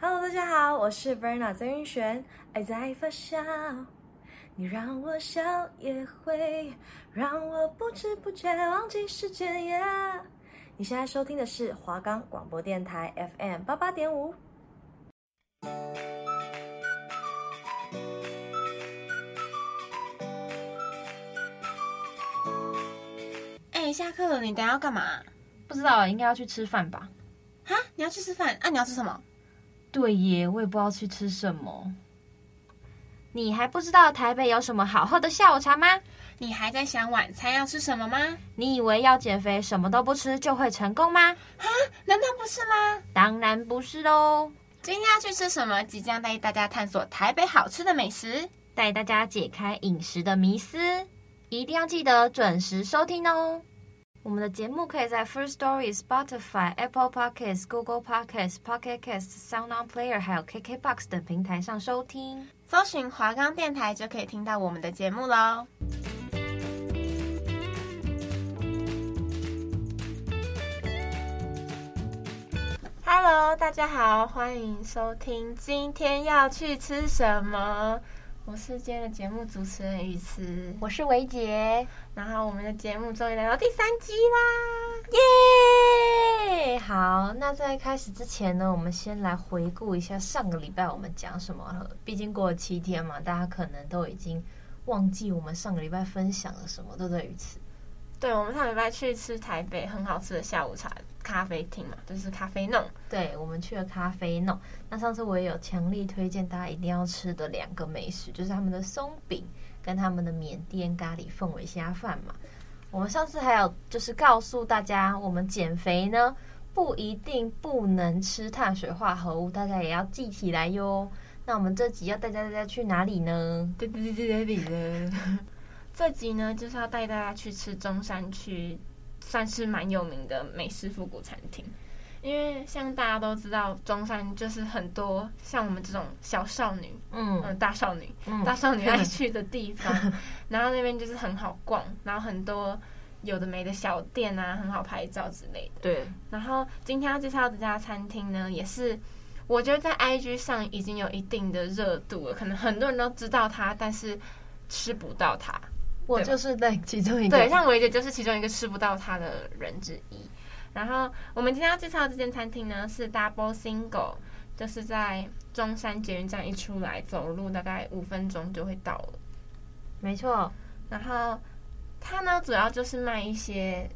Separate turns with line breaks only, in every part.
Hello，大家好，我是 Verna 曾云璇，爱在发酵，你让我笑，也会让我不知不觉忘记时间耶。你现在收听的是华冈广播电台 FM 八八点五。
哎、下课了，你等下要干嘛？
不知道，应该要去吃饭吧？
哈，你要去吃饭？啊，你要吃什么？
对耶，我也不知道去吃什么。你还不知道台北有什么好喝的下午茶吗？
你还在想晚餐要吃什么吗？
你以为要减肥什么都不吃就会成功吗？
难道不是吗？
当然不是喽！
今天要去吃什么？即将带大家探索台北好吃的美食。
带大家解开饮食的迷思，一定要记得准时收听哦。我们的节目可以在 First Story、Spotify、Apple Podcasts、Google Podcasts、Pocket Casts、Sound On Player 还有 KKBox 等平台上收听。
搜寻华冈电台就可以听到我们的节目喽。Hello，大家好，欢迎收听今天要去吃什么。我是今天的节目主持人雨慈，
我是维哎杰，
然后我们的节目终于来到第三集啦！
耶！好，那在开始之前呢，我们先来回顾一下上个礼拜我们讲什么了。毕竟过了七天嘛，大家可能都已经忘记我们上个礼拜分享了什么，对不对？于此，
对，我们上礼拜去吃台北很好吃的下午茶咖啡厅嘛，就是咖啡弄。
对我们去了咖啡弄。那上次我也有强力推荐大家一定要吃的两个美食，就是他们的松饼跟他们的缅甸咖喱凤尾虾饭嘛。我们上次还有就是告诉大家，我们减肥呢不一定不能吃碳水化合物，大家也要记起来哟。那我们这集要带大家去哪里呢？
对对对对对对。这集呢，就是要带大家去吃中山区，算是蛮有名的美式复古餐厅。因为像大家都知道，中山就是很多像我们这种小少女，嗯、
嗯
大少女，
嗯
大少女爱去的地方。然后那边就是很好逛，然后很多有的没的小店啊，很好拍照之类的。
对，
然后今天要介绍这家餐厅呢，也是我觉得在 IG 上已经有一定的热度了，可能很多人都知道它，但是吃不到它。
我就是那其中一
嗯
个。
对，像维杰就是其中一个吃不到它的人之一。然后我们今天要介绍的这间餐厅呢，是 Double Single，就是在中山捷运站一出来，走路大概五分钟就会到了。
没错，
然后它呢，主要就是卖一些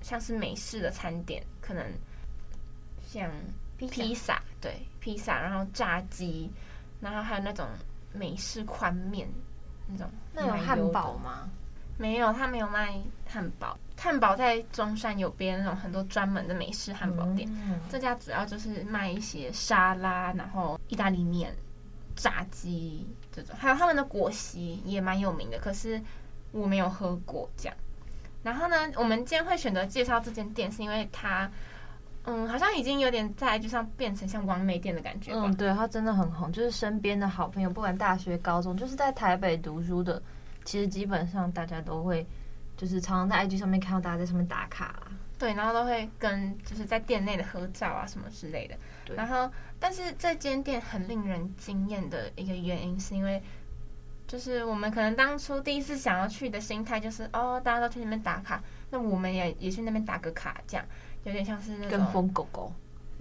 像是美式的餐点，可能像披萨，对，披萨，然后炸鸡，然后还有那种美式宽面那种。
那有汉堡？吗？
没有，它没有卖汉堡。汉堡在中山有边那种很多专门的美式汉堡店，
嗯
这家主要就是卖一些沙拉，然后意大利面、炸鸡这种，还有他们的果昔也蛮有名的，可是我没有喝过这样。然后呢，我们今天会选择介绍这间店，是因为它，嗯，好像已经有点在就像变成像完美店的感觉吧。
嗯，对他真的很红，就是身边的好朋友，不管大学、高中，就是在台北读书的，其实基本上大家都会，就是常常在 IG 上面看到大家在上面打卡啦。
对，然后都会跟就是在店内的合照啊什么之类的。
对
然后，但是这间店很令人惊艳的一个原因，是因为就是我们可能当初第一次想要去的心态就是哦，大家都去那边打卡，那我们也也去那边打个卡，这样有点像是那
跟
种
风狗狗，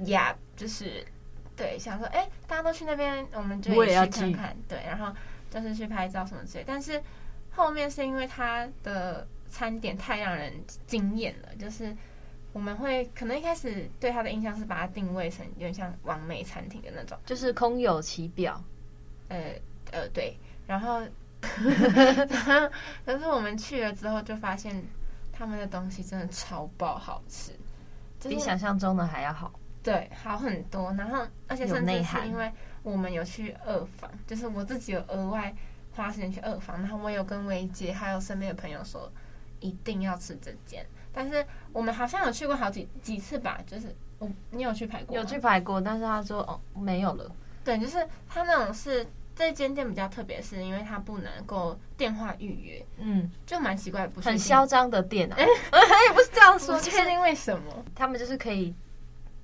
呀就是对，想说哎，大家都去那边，我们就
我也要
去看
去
看，对，然后就是去拍照什么之类。但是后面是因为它的餐点太让人惊艳了，就是我们会可能一开始对它的印象是把它定位成有点像完美餐厅的那种，
就是空有其表。
呃呃，对，然后然后可是我们去了之后就发现他们的东西真的超爆好吃，就是
比想象中的还要好。
对，好很多。然后，而且
有
甚至
内
是
涵
因为我们有去二房，就是我自己有额外花时间去二房，然后我有跟薇姐还有身边的朋友说，一定要吃这间。但是我们好像有去过好几几次吧，就是我你有去排过吗
有去排过，但是他说哦没有了，
对，就是它那种是这间店比较特别，是因为它不能够电话预约，
嗯，
就蛮奇怪，不是
很 嚣张的店啊，也不是这样
不
说，就
确
是
定为什么。
他们就是可以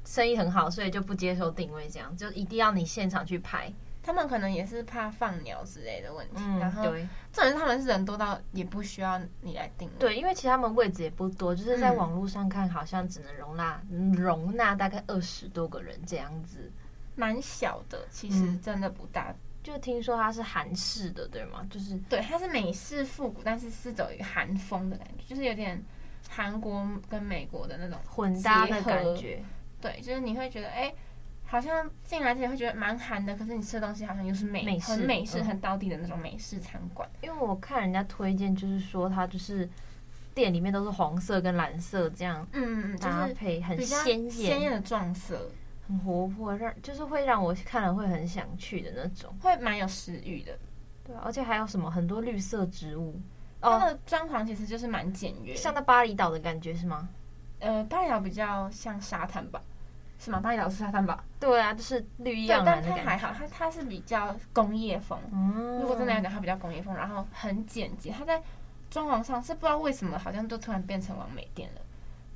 生意很好，所以就不接受定位，这样就一定要你现场去拍。
他们可能也是怕放鸟之类的问题，
嗯
然，后
对
重点是他们是人多到也不需要你来定位，
对，因为其实他们位置也不多，就是在
嗯
网络上看，好像只能容纳嗯容纳大概二十多个人这样子。
蛮小的，其实
嗯
真的不大。
就听说它是韩式的，对吗？就是
对，它是美式复古，但是是走一个韩风的感觉，就是有点韩国跟美国的那种
混搭的
结
感
合。
觉。
对，就是你会觉得，哎、好像进来之前会觉得蛮韩的，可是你吃的东西好像又是美
美式
很美式、
嗯
很道地的那种美式餐馆。
因为我看人家推荐，就是说它就是店里面都是黄色跟蓝色这样
嗯，就
搭
是
配，很
比较
鲜
鲜艳
艳，
的撞色，
很活泼，让就是会让我看了会很想去的那种。
会蛮有食欲的。
对啊、而且还有什么很多绿色植物
它
哦，
的装潢其实就是蛮简约，
像到巴厘岛的感觉是吗？
呃，巴厘岛比较像沙滩吧，是吗？巴厘岛是沙滩吧？
对啊，就是绿意
对，
盎然
但
的
它还
感觉。
好，它它是比较工业风。
嗯
如果真的要讲，它比较工业风，然后很简洁。它在装潢上是不知道为什么，好像就突然变成完美店了，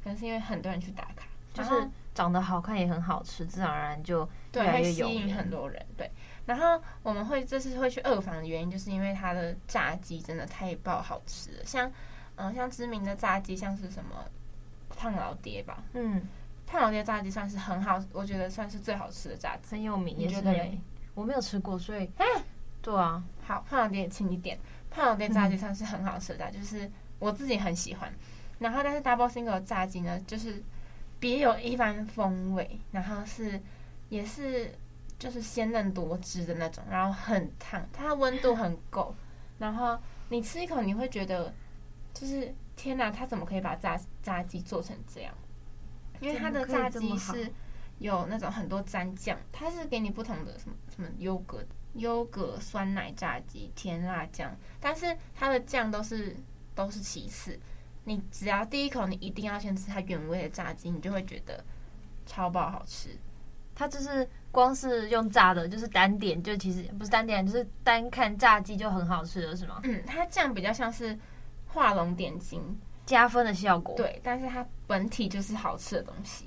可能是因为很多人去打卡，
就
然
是
后
长得好看也很好吃，自然而然就越
啊对
来
会
越
吸
有
引
名。
很多人。对，然后我们会这次会去二房的原因，就是因为它的炸鸡真的太爆好吃了，像嗯、像知名的炸鸡，像是什么胖老爹吧，
嗯，
胖老爹炸鸡算是很好，我觉得算是最好吃的炸鸡。
很有名，
你
也
觉
是
得
很有
嘞
名。我没有吃过，所以
啊
对啊，
好，胖老爹也请你点。胖老爹炸鸡算是很好吃的炸鸡，就是我自己很喜欢。然后，但是 double single 的炸鸡呢，就是别有一番风味，然后是也是就是鲜嫩多汁的那种，然后很烫，它的温度很够，然后你吃一口你会觉得就是天哪，它怎么可以把炸炸鸡做成这样？因为它的
怎么
炸
可以这么
鸡
好
是有那种很多蘸酱，它是给你不同的什么什么优格、优格酸奶炸鸡、甜辣酱，但是它的酱都是都是其次。你只要第一口，你一定要先吃它原味的炸鸡，你就会觉得超爆好吃。
它就是光是用炸的，就是单点，就其实不是单点，就是单看炸鸡就很好吃了，是吗？
嗯，它酱比较像是画龙点睛，
加分的效果。，
对，但是它本体就是好吃的东西。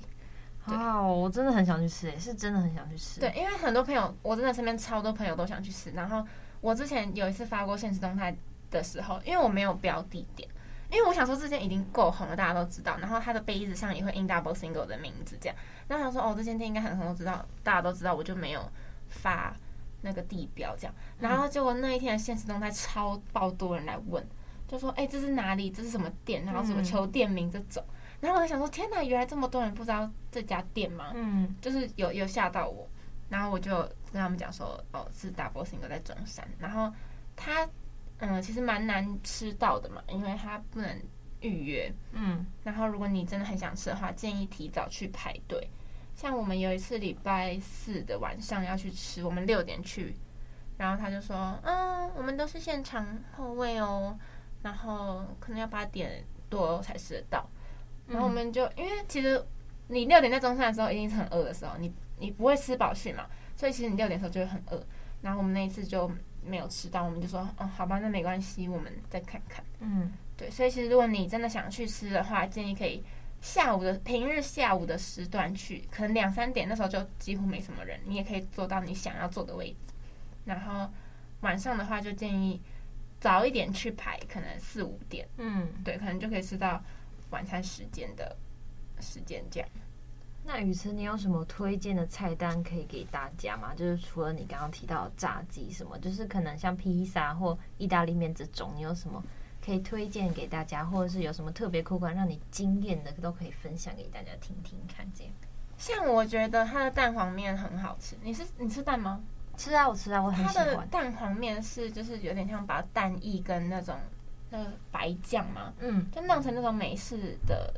对
哇、哦，我真的很想去吃、诶，是真的很想去吃。
对，，因为很多朋友，我真的身边超多朋友都想去吃。然后我之前有一次发过现实动态的时候，因为我没有标地点，因为我想说这间已经够红了，大家都知道。然后它的杯子上也会印 Double Single 的名字，这样。然后想说哦，这间店应该很红，都知道，大家都知道，我就没有发那个地标这样。然后结果那一天的现实动态超爆多人来问，就说哎、这是哪里？这是什么店？然后什么
嗯
求店名这种。然后我就想说，天哪，原来这么多人不知道这家店吗？
嗯，
就是有有吓到我，然后我就跟他们讲说，哦，是 Double Single 在中山，然后它嗯其实蛮难吃到的嘛，因为它不能预约，
嗯，
然后如果你真的很想吃的话，建议提早去排队。像我们有一次礼拜四的晚上要去吃，我们六点去，然后他就说，嗯，我们都是现场后位哦，然后可能要八点多才吃得到。然后我们就、因为其实你六点在中餐的时候一定是很饿的时候，你你不会吃饱去嘛，所以其实你六点的时候就会很饿。然后我们那一次就没有吃到，我们就说，嗯，好吧，那没关系，我们再看看。
嗯，
对，所以其实如果你真的想去吃的话，建议可以下午的平日下午的时段去，可能两三点那时候就几乎没什么人，你也可以坐到你想要坐的位置。然后晚上的话，就建议早一点去排，可能四五点，
嗯，
对，可能就可以吃到晚餐时间的时间这样。
那雨辰，你有什么推荐的菜单可以给大家吗？就是除了你刚刚提到的炸鸡什么，就是可能像披萨或意大利面这种，你有什么可以推荐给大家，或者是有什么特别口感让你惊艳的，都可以分享给大家听听看。这样
像我觉得它的蛋黄面很好吃，你是你吃蛋吗？
吃啊，我吃啊，我很
它
喜
的
欢。
蛋黄面是就是有点像把蛋液跟那种那个白酱嘛，
嗯
就弄成那种美式的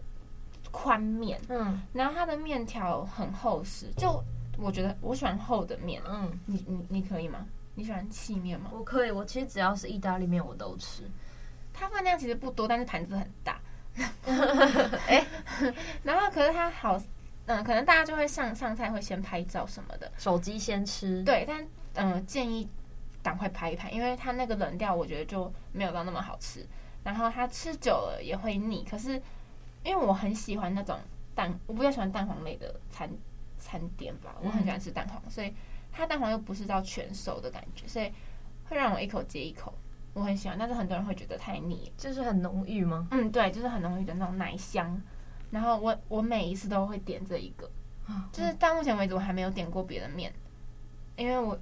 宽面，
嗯
然后它的面条很厚实，就我觉得我喜欢厚的面。啊
嗯，
你你你可以吗？你喜欢细面吗？
我可以，我其实只要是意大利面我都吃。
它饭量其实不多，但是盘子很大。 然后可是它好，嗯，可能大家就会上上菜会先拍照什么的，
手机先吃，，
对，但嗯、呃建议赶快拍一拍，因为它那个冷掉，我觉得就没有到那么好吃。然后它吃久了也会腻，可是因为我很喜欢那种蛋，我比较喜欢蛋黄类的餐餐点吧，我很喜欢吃蛋黄，所以它蛋黄又不是到全熟的感觉，所以会让我一口接一口，我很喜欢。但是很多人会觉得太腻了，
就是很浓郁吗？
嗯，对，就是很浓郁的那种奶香。然后我我每一次都会点这一个，就是到目前为止我还没有点过别的面，因为我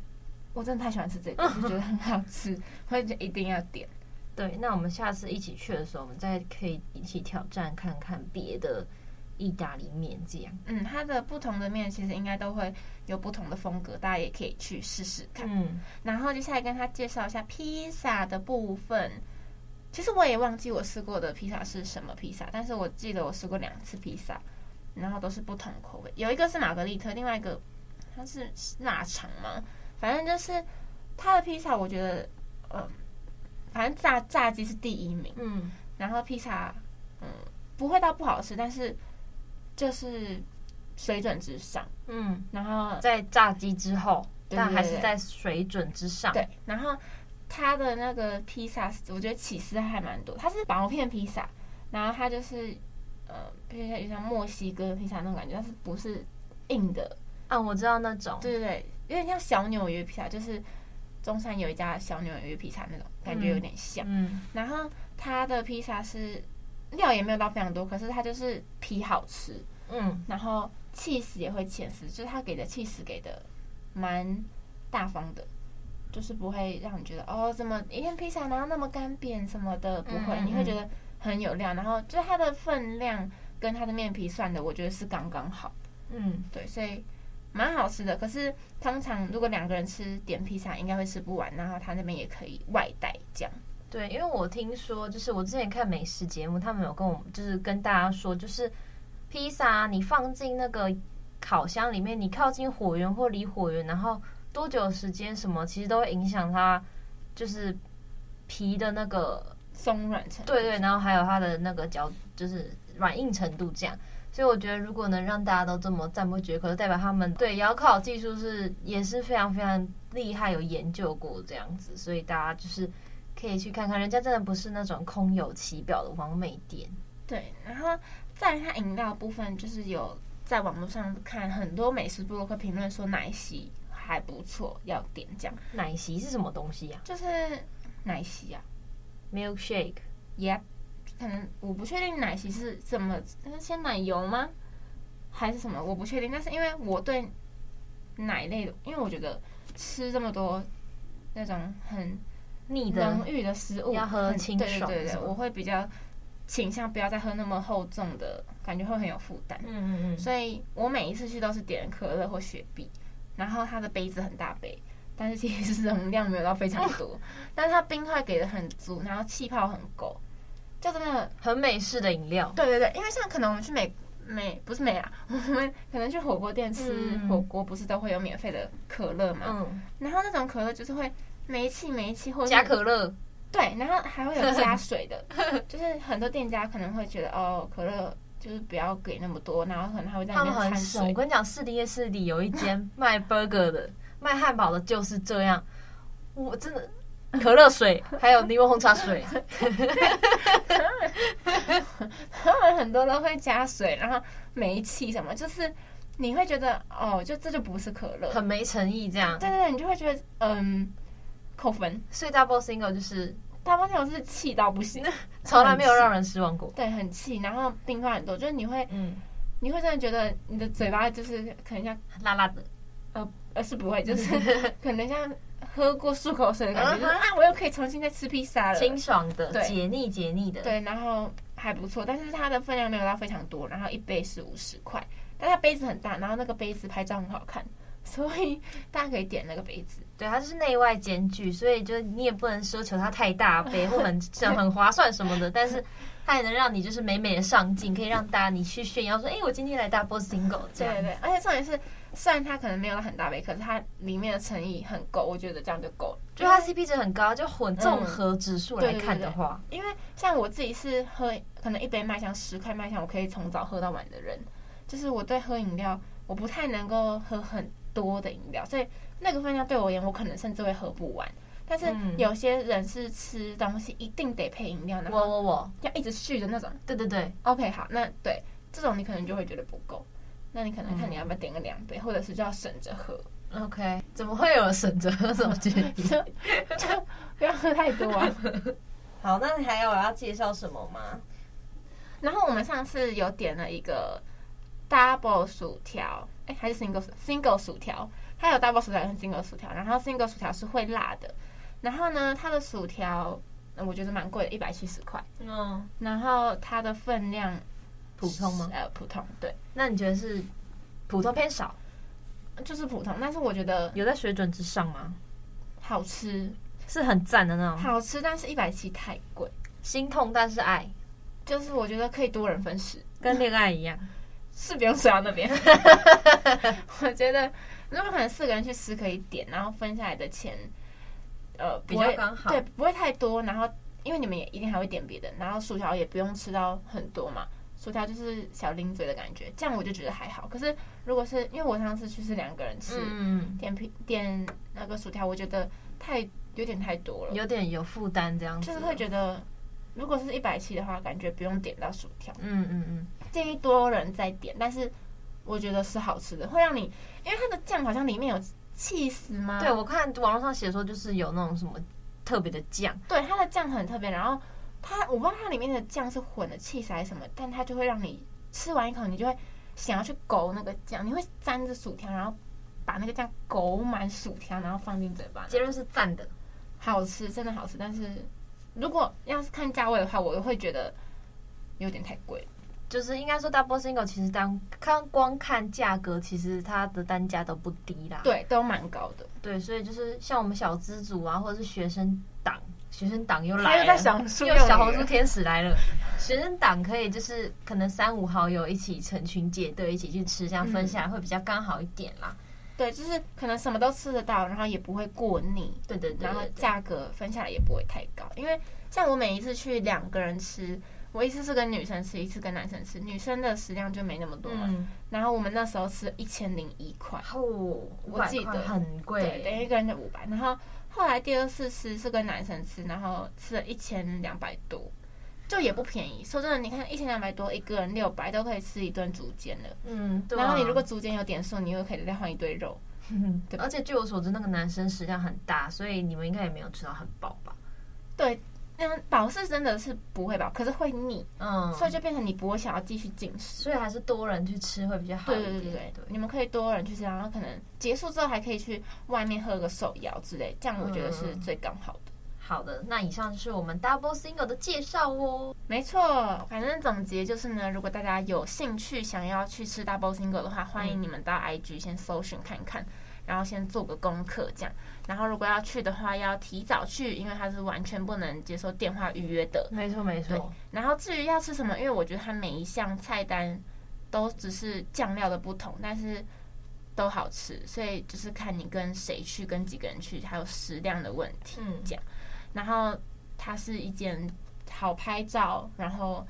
我真的太喜欢吃这个，就觉得很好吃，会一定要点。
对，那我们下次一起去的时候，我们再可以一起挑战看看别的意大利面这样。
嗯，它的不同的面其实应该都会有不同的风格，大家也可以去试试看。
嗯，
然后接下来跟他介绍一下披萨的部分。其实我也忘记我吃过的披萨是什么披萨，但是我记得我吃过两次披萨，然后都是不同口味，有一个是玛格丽特，另外一个它是腊肠嘛，反正就是它的披萨，我觉得呃，反正炸炸鸡是第一名，
嗯，
然后披萨嗯不会到不好吃，但是就是水准之上，
嗯，
然后
在炸鸡之后，
对
但还
对
是
对
在水准之上。
对，然后它的那个披萨，我觉得起司还蛮多，它是薄片披萨，然后它就是呃，有点像墨西哥披萨那种感觉，但是不是硬的，
啊，我知道那种。
对对对，有点像小纽约披萨，就是中山有一家小纽约披萨那种感觉有点像。
嗯，
然后它的披萨是料也没有到非常多，可是它就是皮好吃，
嗯
然后 cheese 也会浅丝，就是他给的 cheese 给的蛮大方的，就是不会让你觉得哦，怎么一片披萨然后那么干扁什么的，不会，
嗯嗯
你会觉得很有料。然后就是它的分量跟它的面皮算的，我觉得是刚刚好，
嗯，
对，所以蛮好吃的。可是通常如果两个人吃点披萨，应该会吃不完，然后他那边也可以外带这样。
对，因为我听说，就是我之前看美食节目，他们有跟我们就是跟大家说，就是披萨你放进那个烤箱里面，你靠近火源或离火源，然后多久的时间什么，其实都会影响它就是皮的那个
松软程度
对对，然后还有它的那个胶，就是软硬程度这样。所以我觉得，如果能让大家都这么赞不绝口，就代表他们对窑烤技术是也是非常非常厉害，有研究过这样子。所以大家就是可以去看看，人家真的不是那种空有其表的完美店。
对，然后在它饮料部分，就是有在网络上看很多美食部落客评论说奶昔还不错，要点这样，
奶昔是什么东西呀、啊
就是奶昔啊
m i l k shake，
，Yep，可能我不确定奶昔是怎么，是鲜奶油吗？还是什么？我不确定，但是因为我对奶类的，因为我觉得吃这么多那种很
腻的
浓，郁的食物，
要喝
很
清爽
对对对
是
对，
吗
我会比较倾向不要再喝那么厚重的感觉，会很有负担。
嗯嗯嗯，
所以我每一次去都是点可乐或雪碧，然后它的杯子很大杯，但是其实容量没有到非常 多，但是它冰块给的很足，然后气泡很够，就真的
很美式的饮料。
对对对，因为像可能我们去美美不是美啊， 我们可能去火锅店吃
嗯
火锅，不是都会有免费的可乐嘛，
嗯，
然后那种可乐就是会没气没气或者
加可乐，
对，然后还会有加水 的，就是很多店家可能会觉得哦可乐。就是不要给那么多，然后可能还会在里
他们
面
很
掺
省。我
水。
跟你讲，士林夜市里有一 间卖 burger 的、卖汉堡的，就是这样。我真的可乐水，还有柠檬红茶水，
他们很多都会加水，然后煤气什么，就是你会觉得哦，就这就不是可乐，
很没诚意这样。
对对对，你就会觉得嗯扣分。
所以 double single 就是
大部分我是气到不行，
从来没有让人失望过。
对，很气，然后冰块很多，就是你会
嗯，
你会真的觉得你的嘴巴就是可能像
辣辣的，
呃呃是不会，就是可能像喝过漱口水的感觉，就是啊我又可以重新再吃披萨了，
清爽的，
对
解腻解腻的。
对，然后还不错，但是它的分量没有到非常多，然后一杯是五十块，但它杯子很大，然后那个杯子拍照很好看，所以大家可以点那个杯子。
对，它是内外兼具，所以就是你也不能奢求它太大杯 或很很划算什么的，但是它也能让你就是美美的上镜，可以让大家你去炫耀说，哎、我今天来 double single 这
对
样
对。对，而且重点是，虽然它可能没有很大杯，可是它里面的诚意很够，我觉得这样就够了。
就它 CP 值很高，就混综合指数来
对对
看的话，
因为像我自己是喝可能一杯麦香十块麦香，我可以从早喝到晚的人，就是我对喝饮料我不太能够喝很多的饮料，所以那个分量对我而言，我可能甚至会喝不完。但是
嗯
有些人是吃东西一定得配饮料，然
我
后
我我，
要一直续的那种。哦
对对对，
OK，好，那对这种你可能就会觉得不够。那你可能看你要不要点个两杯，或者是就要省着喝，
OK，怎么会有省 着喝什么建 议？
就就不要喝太多啊。
好，那你还有要介绍什么吗？
然后我们上次有点了一个 double 薯条，哎、还是 single single 薯条，它有 double 薯条跟 single 薯条，然后 single 薯条是会辣的，然后呢，它的薯条呃我觉得蛮贵的，一百七十块，
嗯，
然后它的分量
普通吗？
呃，普通，对，
那你觉得是普通偏少，
就是普通，但是我觉得
有在水准之上吗？
好吃，
是很赞的那种，
好吃，但是一百七太贵，
心痛但是爱，
就是我觉得可以多人分食，
跟恋爱一样。
是不用
啊
吃到那边。 我觉得如果可能四个人去吃可以点，然后分下来的钱，呃，不会
比较刚好
对，不会太多。然后因为你们也一定还会点别的，然后薯条也不用吃到很多嘛，薯条就是小零嘴的感觉，这样我就觉得还好。可是如果是因为我上次去是两个人吃，
嗯，
点皮点那个薯条，我觉得太有点太多了，
有点有负担这样子，
就是会觉得。如果是一百七的话，感觉不用点到薯条。
嗯嗯嗯，
建议多人再点，但是我觉得是好吃的，会让你，因为它的酱好像里面有气死吗？
对，我看网络上写说就是有那种什么特别的酱，
对，它的酱很特别，然后它我不知道它里面的酱是混了气死还是什么，但它就会让你吃完一口，你就会想要去勾那个酱，你会沾着薯条，然后把那个酱勾满薯条，然后放进嘴巴，
结论是赞的。
好吃，真的好吃。但是如果要是看价位的话，我会觉得有点太贵。
就是应该说 double single 其实单看光看价格，其实它的单价都不低啦。
对，都蛮高的。
对，所以就是像我们小资族啊，或者是学生党，学生党又
他
来
又
了，
在小红书
又
用
小
语
红
了
书天使来了。学生党可以就是可能三五好友一起成群结队一起去吃，这样
嗯
分下来会比较刚好一点啦。
对，就是可能什么都吃得到，然后也不会过腻，
对对对
然后
对对，
价格分下来也不会太高。因为像我每一次去两个人吃，我一次是跟女生吃，一次跟男生吃，女生的食量就没那么多嘛。
嗯，
然后我们那时候吃一千零一块，
好，我
记得
很
对，等
贵，
于一个人就五百。然后后来第二次吃是跟男生吃，然后吃了一千两百多，就也不便宜。说真的，你看一千两百多一个人六百都可以吃一顿竹间了。
嗯，对啊
然后你如果竹间有点数，你又可以再换一堆肉。对
而且据我所知，那个男生食量很大，所以你们应该也没有吃到很饱吧？
嗯，饱是真的是不会饱，可是会腻，
嗯，
所以就变成你不会想要继续进食。
所以还是啊多人去吃会比较好一
对
点。
对对对，你们可以多人去吃，然后可能结束之后还可以去外面喝个手摇之类，这样我觉得是最刚好的。
好的，那以上就是我们 Double Single 的介绍哦。
没错，反正总结就是呢，如果大家有兴趣想要去吃 Double Single 的话，欢迎你们到 IG 先搜寻看看，然后先做个功课这样。然后如果要去的话，要提早去，因为它是完全不能接受电话预约的。
没错没
对，然后至于要吃什么，因为我觉得它每一项菜单都只是酱料的不同，但是都好吃，所以就是看你跟谁去，跟几个人去，还有食量的问题。
嗯，
然后它是一间好拍照，然后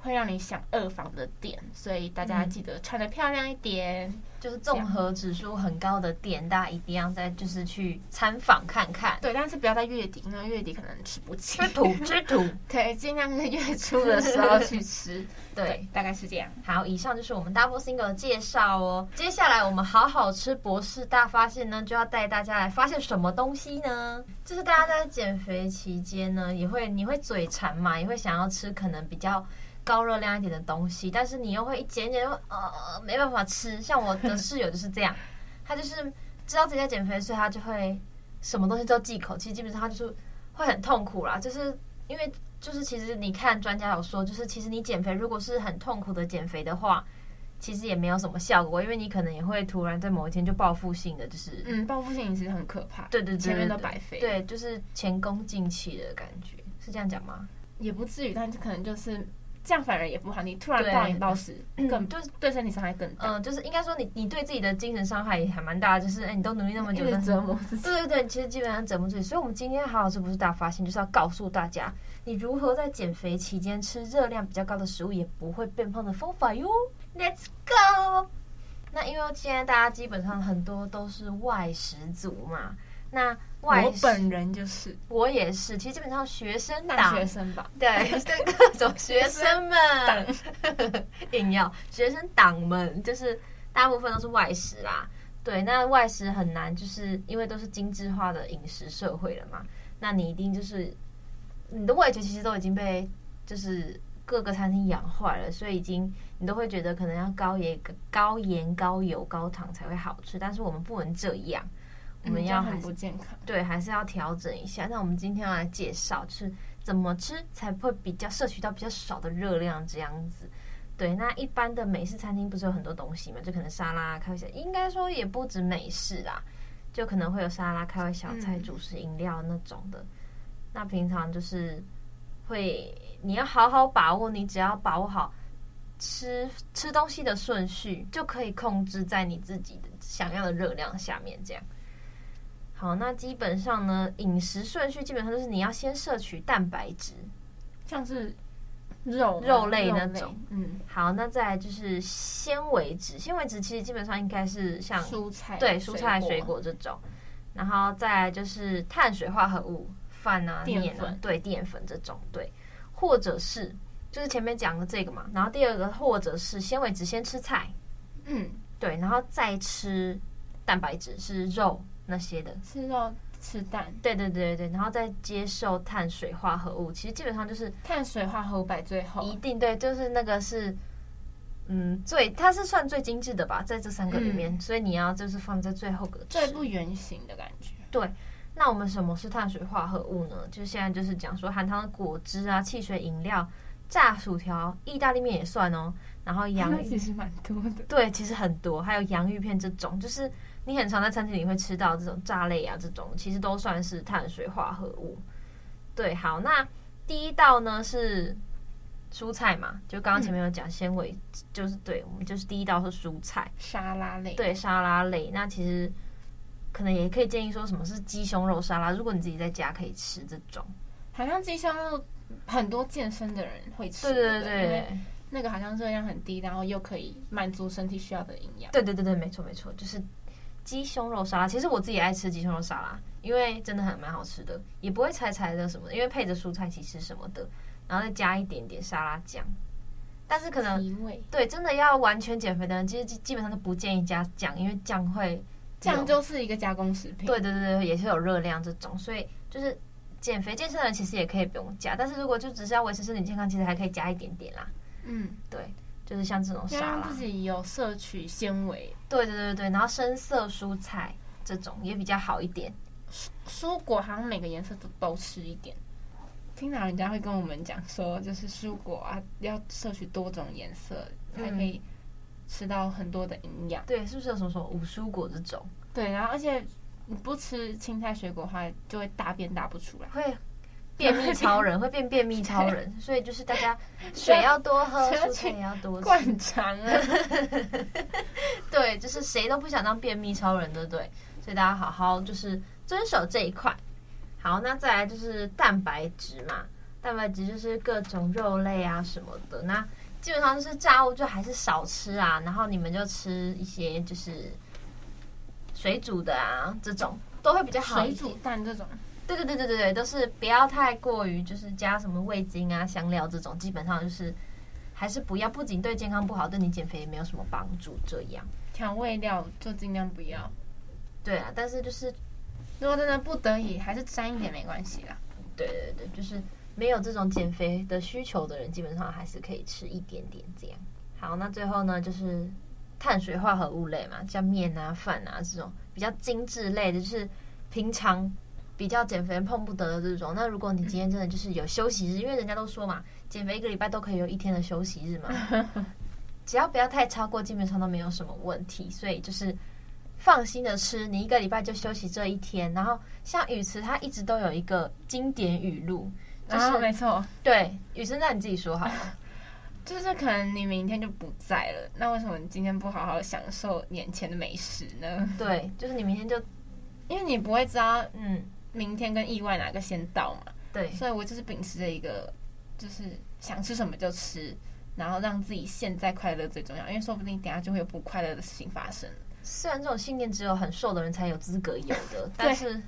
会让你想二房的店，所以大家
嗯
记得穿的漂亮一点。
就是综合指数很高的店，大家一定要再就是去参访看看。
对，但是不要在月底，因为月底可能吃不起
吃。土吃土，
对，尽量在月初的时候去吃。
对，，
大概是这样。
好，以上就是我们 Double Single 的介绍哦。接下来我们好好吃博士大发现呢，就要带大家来发现什么东西呢？就是大家在减肥期间呢，也会你会嘴馋嘛，也会想要吃可能比较高热量一点的东西，但是你又会一减一减就呃没办法吃。像我的室友就是这样， 他就是知道自己在减肥，所以他就会什么东西都忌口，其实基本上他就是会很痛苦啦，就是因为就是其实你看专家有说，就是其实你减肥如果是很痛苦的减肥的话，其实也没有什么效果，因为你可能也会突然在某一天就报复性的，就是、
嗯，报复性饮食很可怕。
对对对，
前面都
对
白费
对，就是前功尽弃的感觉，是这样讲吗？
也不至于，但是可能就是这样，反而也不好。你突然
对
暴饮暴 食，更
就是
对身体伤害更
嗯、
大，
就是应该说你你对自己的精神伤害也还蛮大的，就是哎、你都努力那么
一
久，
直
但是
折磨自己。
对对对，其实基本上整不自己，所以我们今天好好吃不是大发现，就是要告诉大家，你如何在减肥期间吃热量比较高的食物，也不会变胖的方法哟。Let's go。那因为现在大家基本上很多都是外食族嘛，那外
我
食
本人就是
我也是，其实基本上学生
大
党
学生吧，
对，是各种学生
党
们硬要学生党们，就是大部分都是外食啦。对，那外食很难，就是因为都是精致化的饮食社会了嘛。那你一定就是你的味觉其实都已经被就是各个餐厅养坏了，所以已经你都会觉得可能要高盐、高盐、高油、高糖才会好吃。但是我们不能这样，我
嗯
们
这
要
样
还
很
是
不健康。
对，还是要调整一下。那我们今天要来介绍，就是怎么吃才会比较摄取到比较少的热量这样子。对，那一般的美式餐厅不是有很多东西嘛？就可能沙拉、开胃小，应该说也不止美式啦，就可能会有沙拉、开胃小菜、
嗯
主食、饮料那种的。那平常就是会，你要好好把握，你只要把握好吃吃东西的顺序，就可以控制在你自己的想要的热量下面这样。好，那基本上呢，饮食顺序基本上就是你要先摄取蛋白质，
像是肉啊
肉类那种，
嗯，
好，那再来就是纤维质，纤维质其实基本上应该是像
蔬菜
对蔬菜、水果这种，然后再来就是碳水化合物，饭啊、
淀
面啊
粉，
对淀粉这种，对，或者是就是前面讲的这个嘛，然后第二个或者是纤维质先吃菜，
嗯，
对，然后再吃蛋白质是肉那些的，
吃肉吃蛋，
对对对对，然后再接受碳水化合物，其实基本上就是
碳水化合物摆最后，
一定对，就是那个是，嗯，最它是算最精致的吧，在这三个里面，
嗯
所以你要就是放在最后个吃
最不圆形的感觉。
那我们什么是碳水化合物呢？就现在就是讲说含糖的果汁啊、汽水饮料、炸薯条、意大利面也算哦，然后洋
那
芋
其实蛮多的，
对，其实很多，还有洋芋片这种，就是你很常在餐厅里会吃到这种炸类啊，这种其实都算是碳水化合物。对，好，那第一道呢是蔬菜嘛，就刚刚前面有
嗯
讲纤维，就是对我们就是第一道是蔬菜，
沙拉类，
对沙拉类。那其实可能也可以建议说什么是鸡胸肉沙拉，如果你自己在家可以吃这种。
好像鸡胸肉很多健身的人会吃，
对对对
不因为
对
那个好像热量很低，然后又可以满足身体需要的营养。
对对对对，没错没错，就是鸡胸肉沙拉。其实我自己也爱吃鸡胸肉沙拉，因为真的很蛮好吃的，也不会柴柴的什么的，因为配着蔬菜其实什么的，然后再加一点点沙拉酱。但是可能
提味，
对真的要完全减肥的人，其实基基本上都不建议加酱，因为酱会
酱
有
就是一个加工食品。
对对对对，也是有热量这种，所以就是减肥健身的人其实也可以不用加，但是如果就只是要维持身体健康，其实还可以加一点点啦。
嗯，
就是像这种
要
沙
让
拉
自，己有摄取纤维，
对对对对，然后深色蔬菜这种也比较好一点。
蔬果好像每个颜色都都吃一点。听到人家会跟我们讲说，就是蔬果啊，要摄取多种颜色，才可
嗯
以吃到很多的营养。
对，是不是有什么什么五蔬果这种？
对，然后而且你不吃青菜水果的话，就会大便大不出 来。
会便秘超人，会变便秘超人，所以就是大家水要多喝，
所以要
蔬菜也要多吃
灌。肠啊，
对，就是谁都不想当便秘超人，对不对？所以大家好好就是遵守这一块。好，那再来就是蛋白质嘛，蛋白质就是各种肉类啊什么的。那基本上就是炸物就还是少吃啊，然后你们就吃一些就是水煮的啊这种都会比较好一
水
点。
煮蛋这种，
对对对对对对，都是不要太过于就是加什么味精啊、香料这种，基本上就是还是不要，不仅对健康不好，对你减肥也没有什么帮助。这样
调味料就尽量不要。
对啊，但是就是
如果真的不得已，还是沾一点没关系啦。
对对对，就是没有这种减肥的需求的人，基本上还是可以吃一点点这样。好，那最后呢，就是碳水化合物类嘛，像面啊、饭啊这种比较精致类的，就是平常比较减肥碰不得的这种。那如果你今天真的就是有休息日，因为人家都说嘛，减肥一个礼拜都可以有一天的休息日嘛，只要不要太超过，基本上都没有什么问题。所以就是放心的吃，你一个礼拜就休息这一天。然后像语词，它一直都有一个经典语录，就
然
是、
后没错，
对语词，那你自己说好了。
就是可能你明天就不在了，那为什么你今天不好好享受眼前的美食呢？
对，就是你明天就
因为你不会知道
嗯，
明天跟意外哪个先到嘛，
对
所以我就是秉持着一个，就是想吃什么就吃，然后让自己现在快乐最重要，因为说不定等一下就会有不快乐的事情发生。
虽然这种信念只有很瘦的人才有资格有的，但是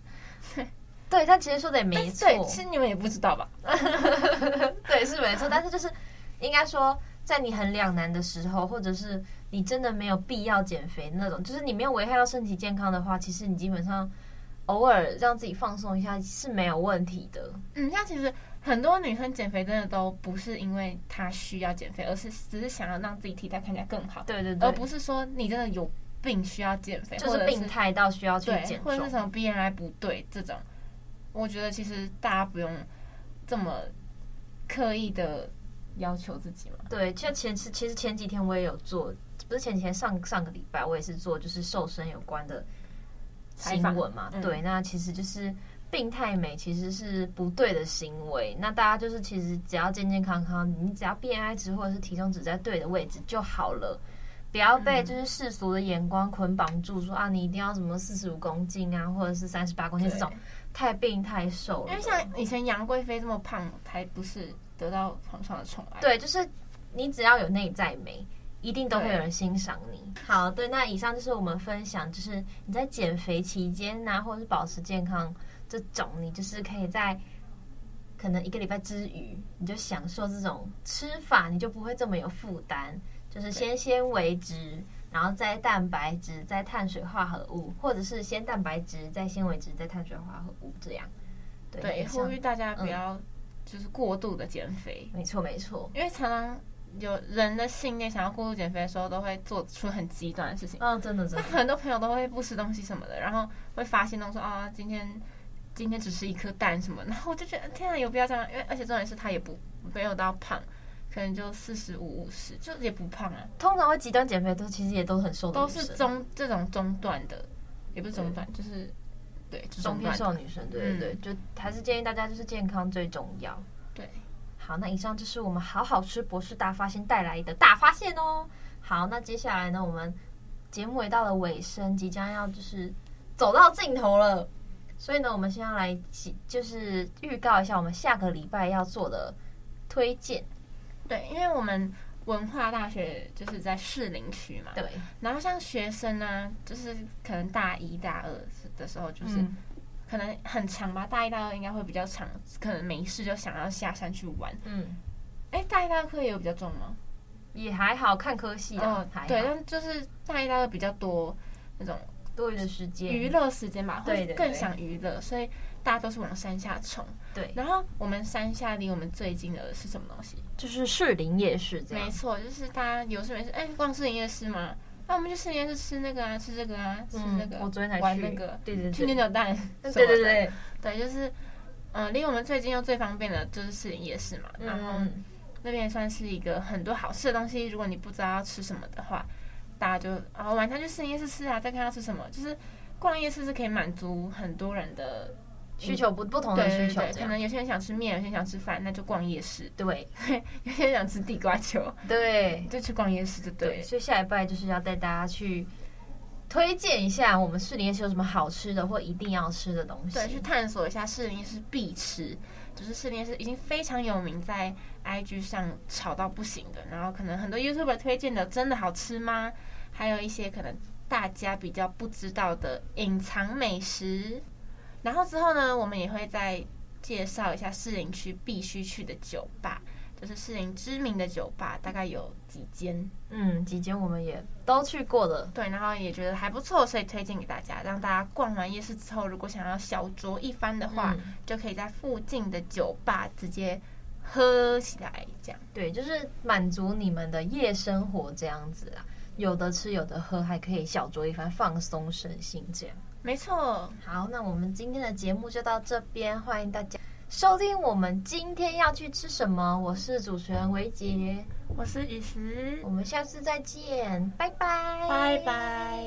对他其实说的也没错，
哎对，其实你们也不知道吧？
对，是没错。但是就是应该说，在你很两难的时候，或者是你真的没有必要减肥那种，就是你没有危害到身体健康的话，其实你基本上偶尔让自己放松一下是没有问题的。
嗯，像其实很多女生减肥真的都不是因为她需要减肥，而是只是想要让自己体态看起来更好，
对对对，
而不是说你真的有病需要减肥，
就
或
是
者
病态到需要去
对，
减
或者
重
是。什么 BMI 不对这种，我觉得其实大家不用这么刻意的要求自己嘛。
对，就前其其实前几天我也有做，不是前几天上上个礼拜我也是做，就是瘦身有关的
采
新
访
闻嘛。
嗯
对，那其实就是病态美其实是不对的行为。那大家就是其实只要健健康康，你只要 BMI 值或者是体重值在对的位置就好了。不要被
嗯
就是世俗的眼光捆绑住，说啊，你一定要什么四十五公斤啊，或者是三十八公斤这种太病太瘦了。
因为像以前杨贵妃这么胖，才不是得到皇上的宠爱。，
对，就是你只要有内在美，一定都会
对
有人欣赏你。好，对，那以上就是我们分享，就是你在减肥期间呐、或者是保持健康这种，你就是可以在可能一个礼拜之余，你就享受这种吃法，你就不会这么有负担。就是先纤维质，然后再蛋白质，再碳水化合物，或者是先蛋白质，再纤维质，再碳水化合物这样。对
对，
以
呼
上
吁大家不
嗯
要就是过度的减肥，
没错没错。
因为常常有人的信念想要过度减肥的时候，都会做出很极端的事情。
嗯，真的真
那
的。
很多朋友都会不吃东西什么的，然后会发现到说啊，今天今天只吃一颗蛋什么，然后我就觉得天啊，有必要这样？因为而且重点是他也不没有到胖，可能就四十五、五十，就也不胖啊，
通常会极端减肥都其实也都很瘦的
都
女生，
是中这种中段的，也不是中段，就是对就
中偏
段嗯
瘦女生，对对对，就还是建议大家就是健康最重要。
对，
好，那以上就是我们好好吃博士大发现带来的大发现哦。好，那接下来呢，我们节目也到了尾声，即将要就是走到尽头了，所以呢，我们先要来几就是预告一下我们下个礼拜要做的推荐。
对，因为我们文化大学就是在士林区嘛，
对，
然后像学生呢、就是可能大一大二的时候就是。
嗯
可能很长吧，大一、大二应该会比较长，可能没事就想要下山去玩。
嗯，
哎，大一、大二课业有比较重吗？
也还好看科系啊，哦还好
哦对，但就是大一、大二比较多那种
多余的时间
娱乐时间吧，
嗯对
会
对
更
对
想娱乐，所以大家都是往山下冲。
对
然后我们山下离我们最近的是什么东西？
就是士林夜市这样
没。错，就是大家有事没事，哎，逛市营夜市嘛，那我们去市营夜市吃那个啊，吃这个啊，吃那个，
嗯我昨天才去
玩那个
对对
吃
对
牛，角 蛋，
对对对，对，
对，就是。嗯，离我们最近又最方便的就是士林夜市嘛，然后
嗯，
那边算是一个很多好吃的东西。如果你不知道要吃什么的话，大家就啊、晚上去试夜市吃啊，再看要吃什么。就是逛夜市是可以满足很多人的
需求不不同
对
的
对
需求
对，
这
可
样，
能有些人想吃面，有些人想吃饭，那就逛夜市；
对
有些人想吃地瓜球，
对
就去逛夜市就对
对，
了。
所以下礼拜就是要带大家去推荐一下我们士林夜市有什么好吃的或一定要吃的东西
对，，去探索一下士林夜市必吃，就是士林夜市已经非常有名，在 IG 上炒到不行的。然后可能很多 YouTuber 推荐的真的好吃吗？还有一些可能大家比较不知道的隐藏美食。然后之后呢，我们也会再介绍一下士林区必须去的酒吧，就是士林知名的酒吧，大概有几间。
嗯，几间我们也都去过的，
对，然后也觉得还不错，所以推荐给大家，让大家逛完夜市之后，如果想要小酌一番的话，
嗯
就可以在附近的酒吧直接喝起来，这样。
对，就是满足你们的夜生活这样子啊，有的吃有的喝，还可以小酌一番，放松身心这样。
没错，
好，那我们今天的节目就到这边，欢迎大家收听我们今天要去吃什么。我是主持人维杰，
我是雨石
我，们下次再见，拜拜，
拜拜。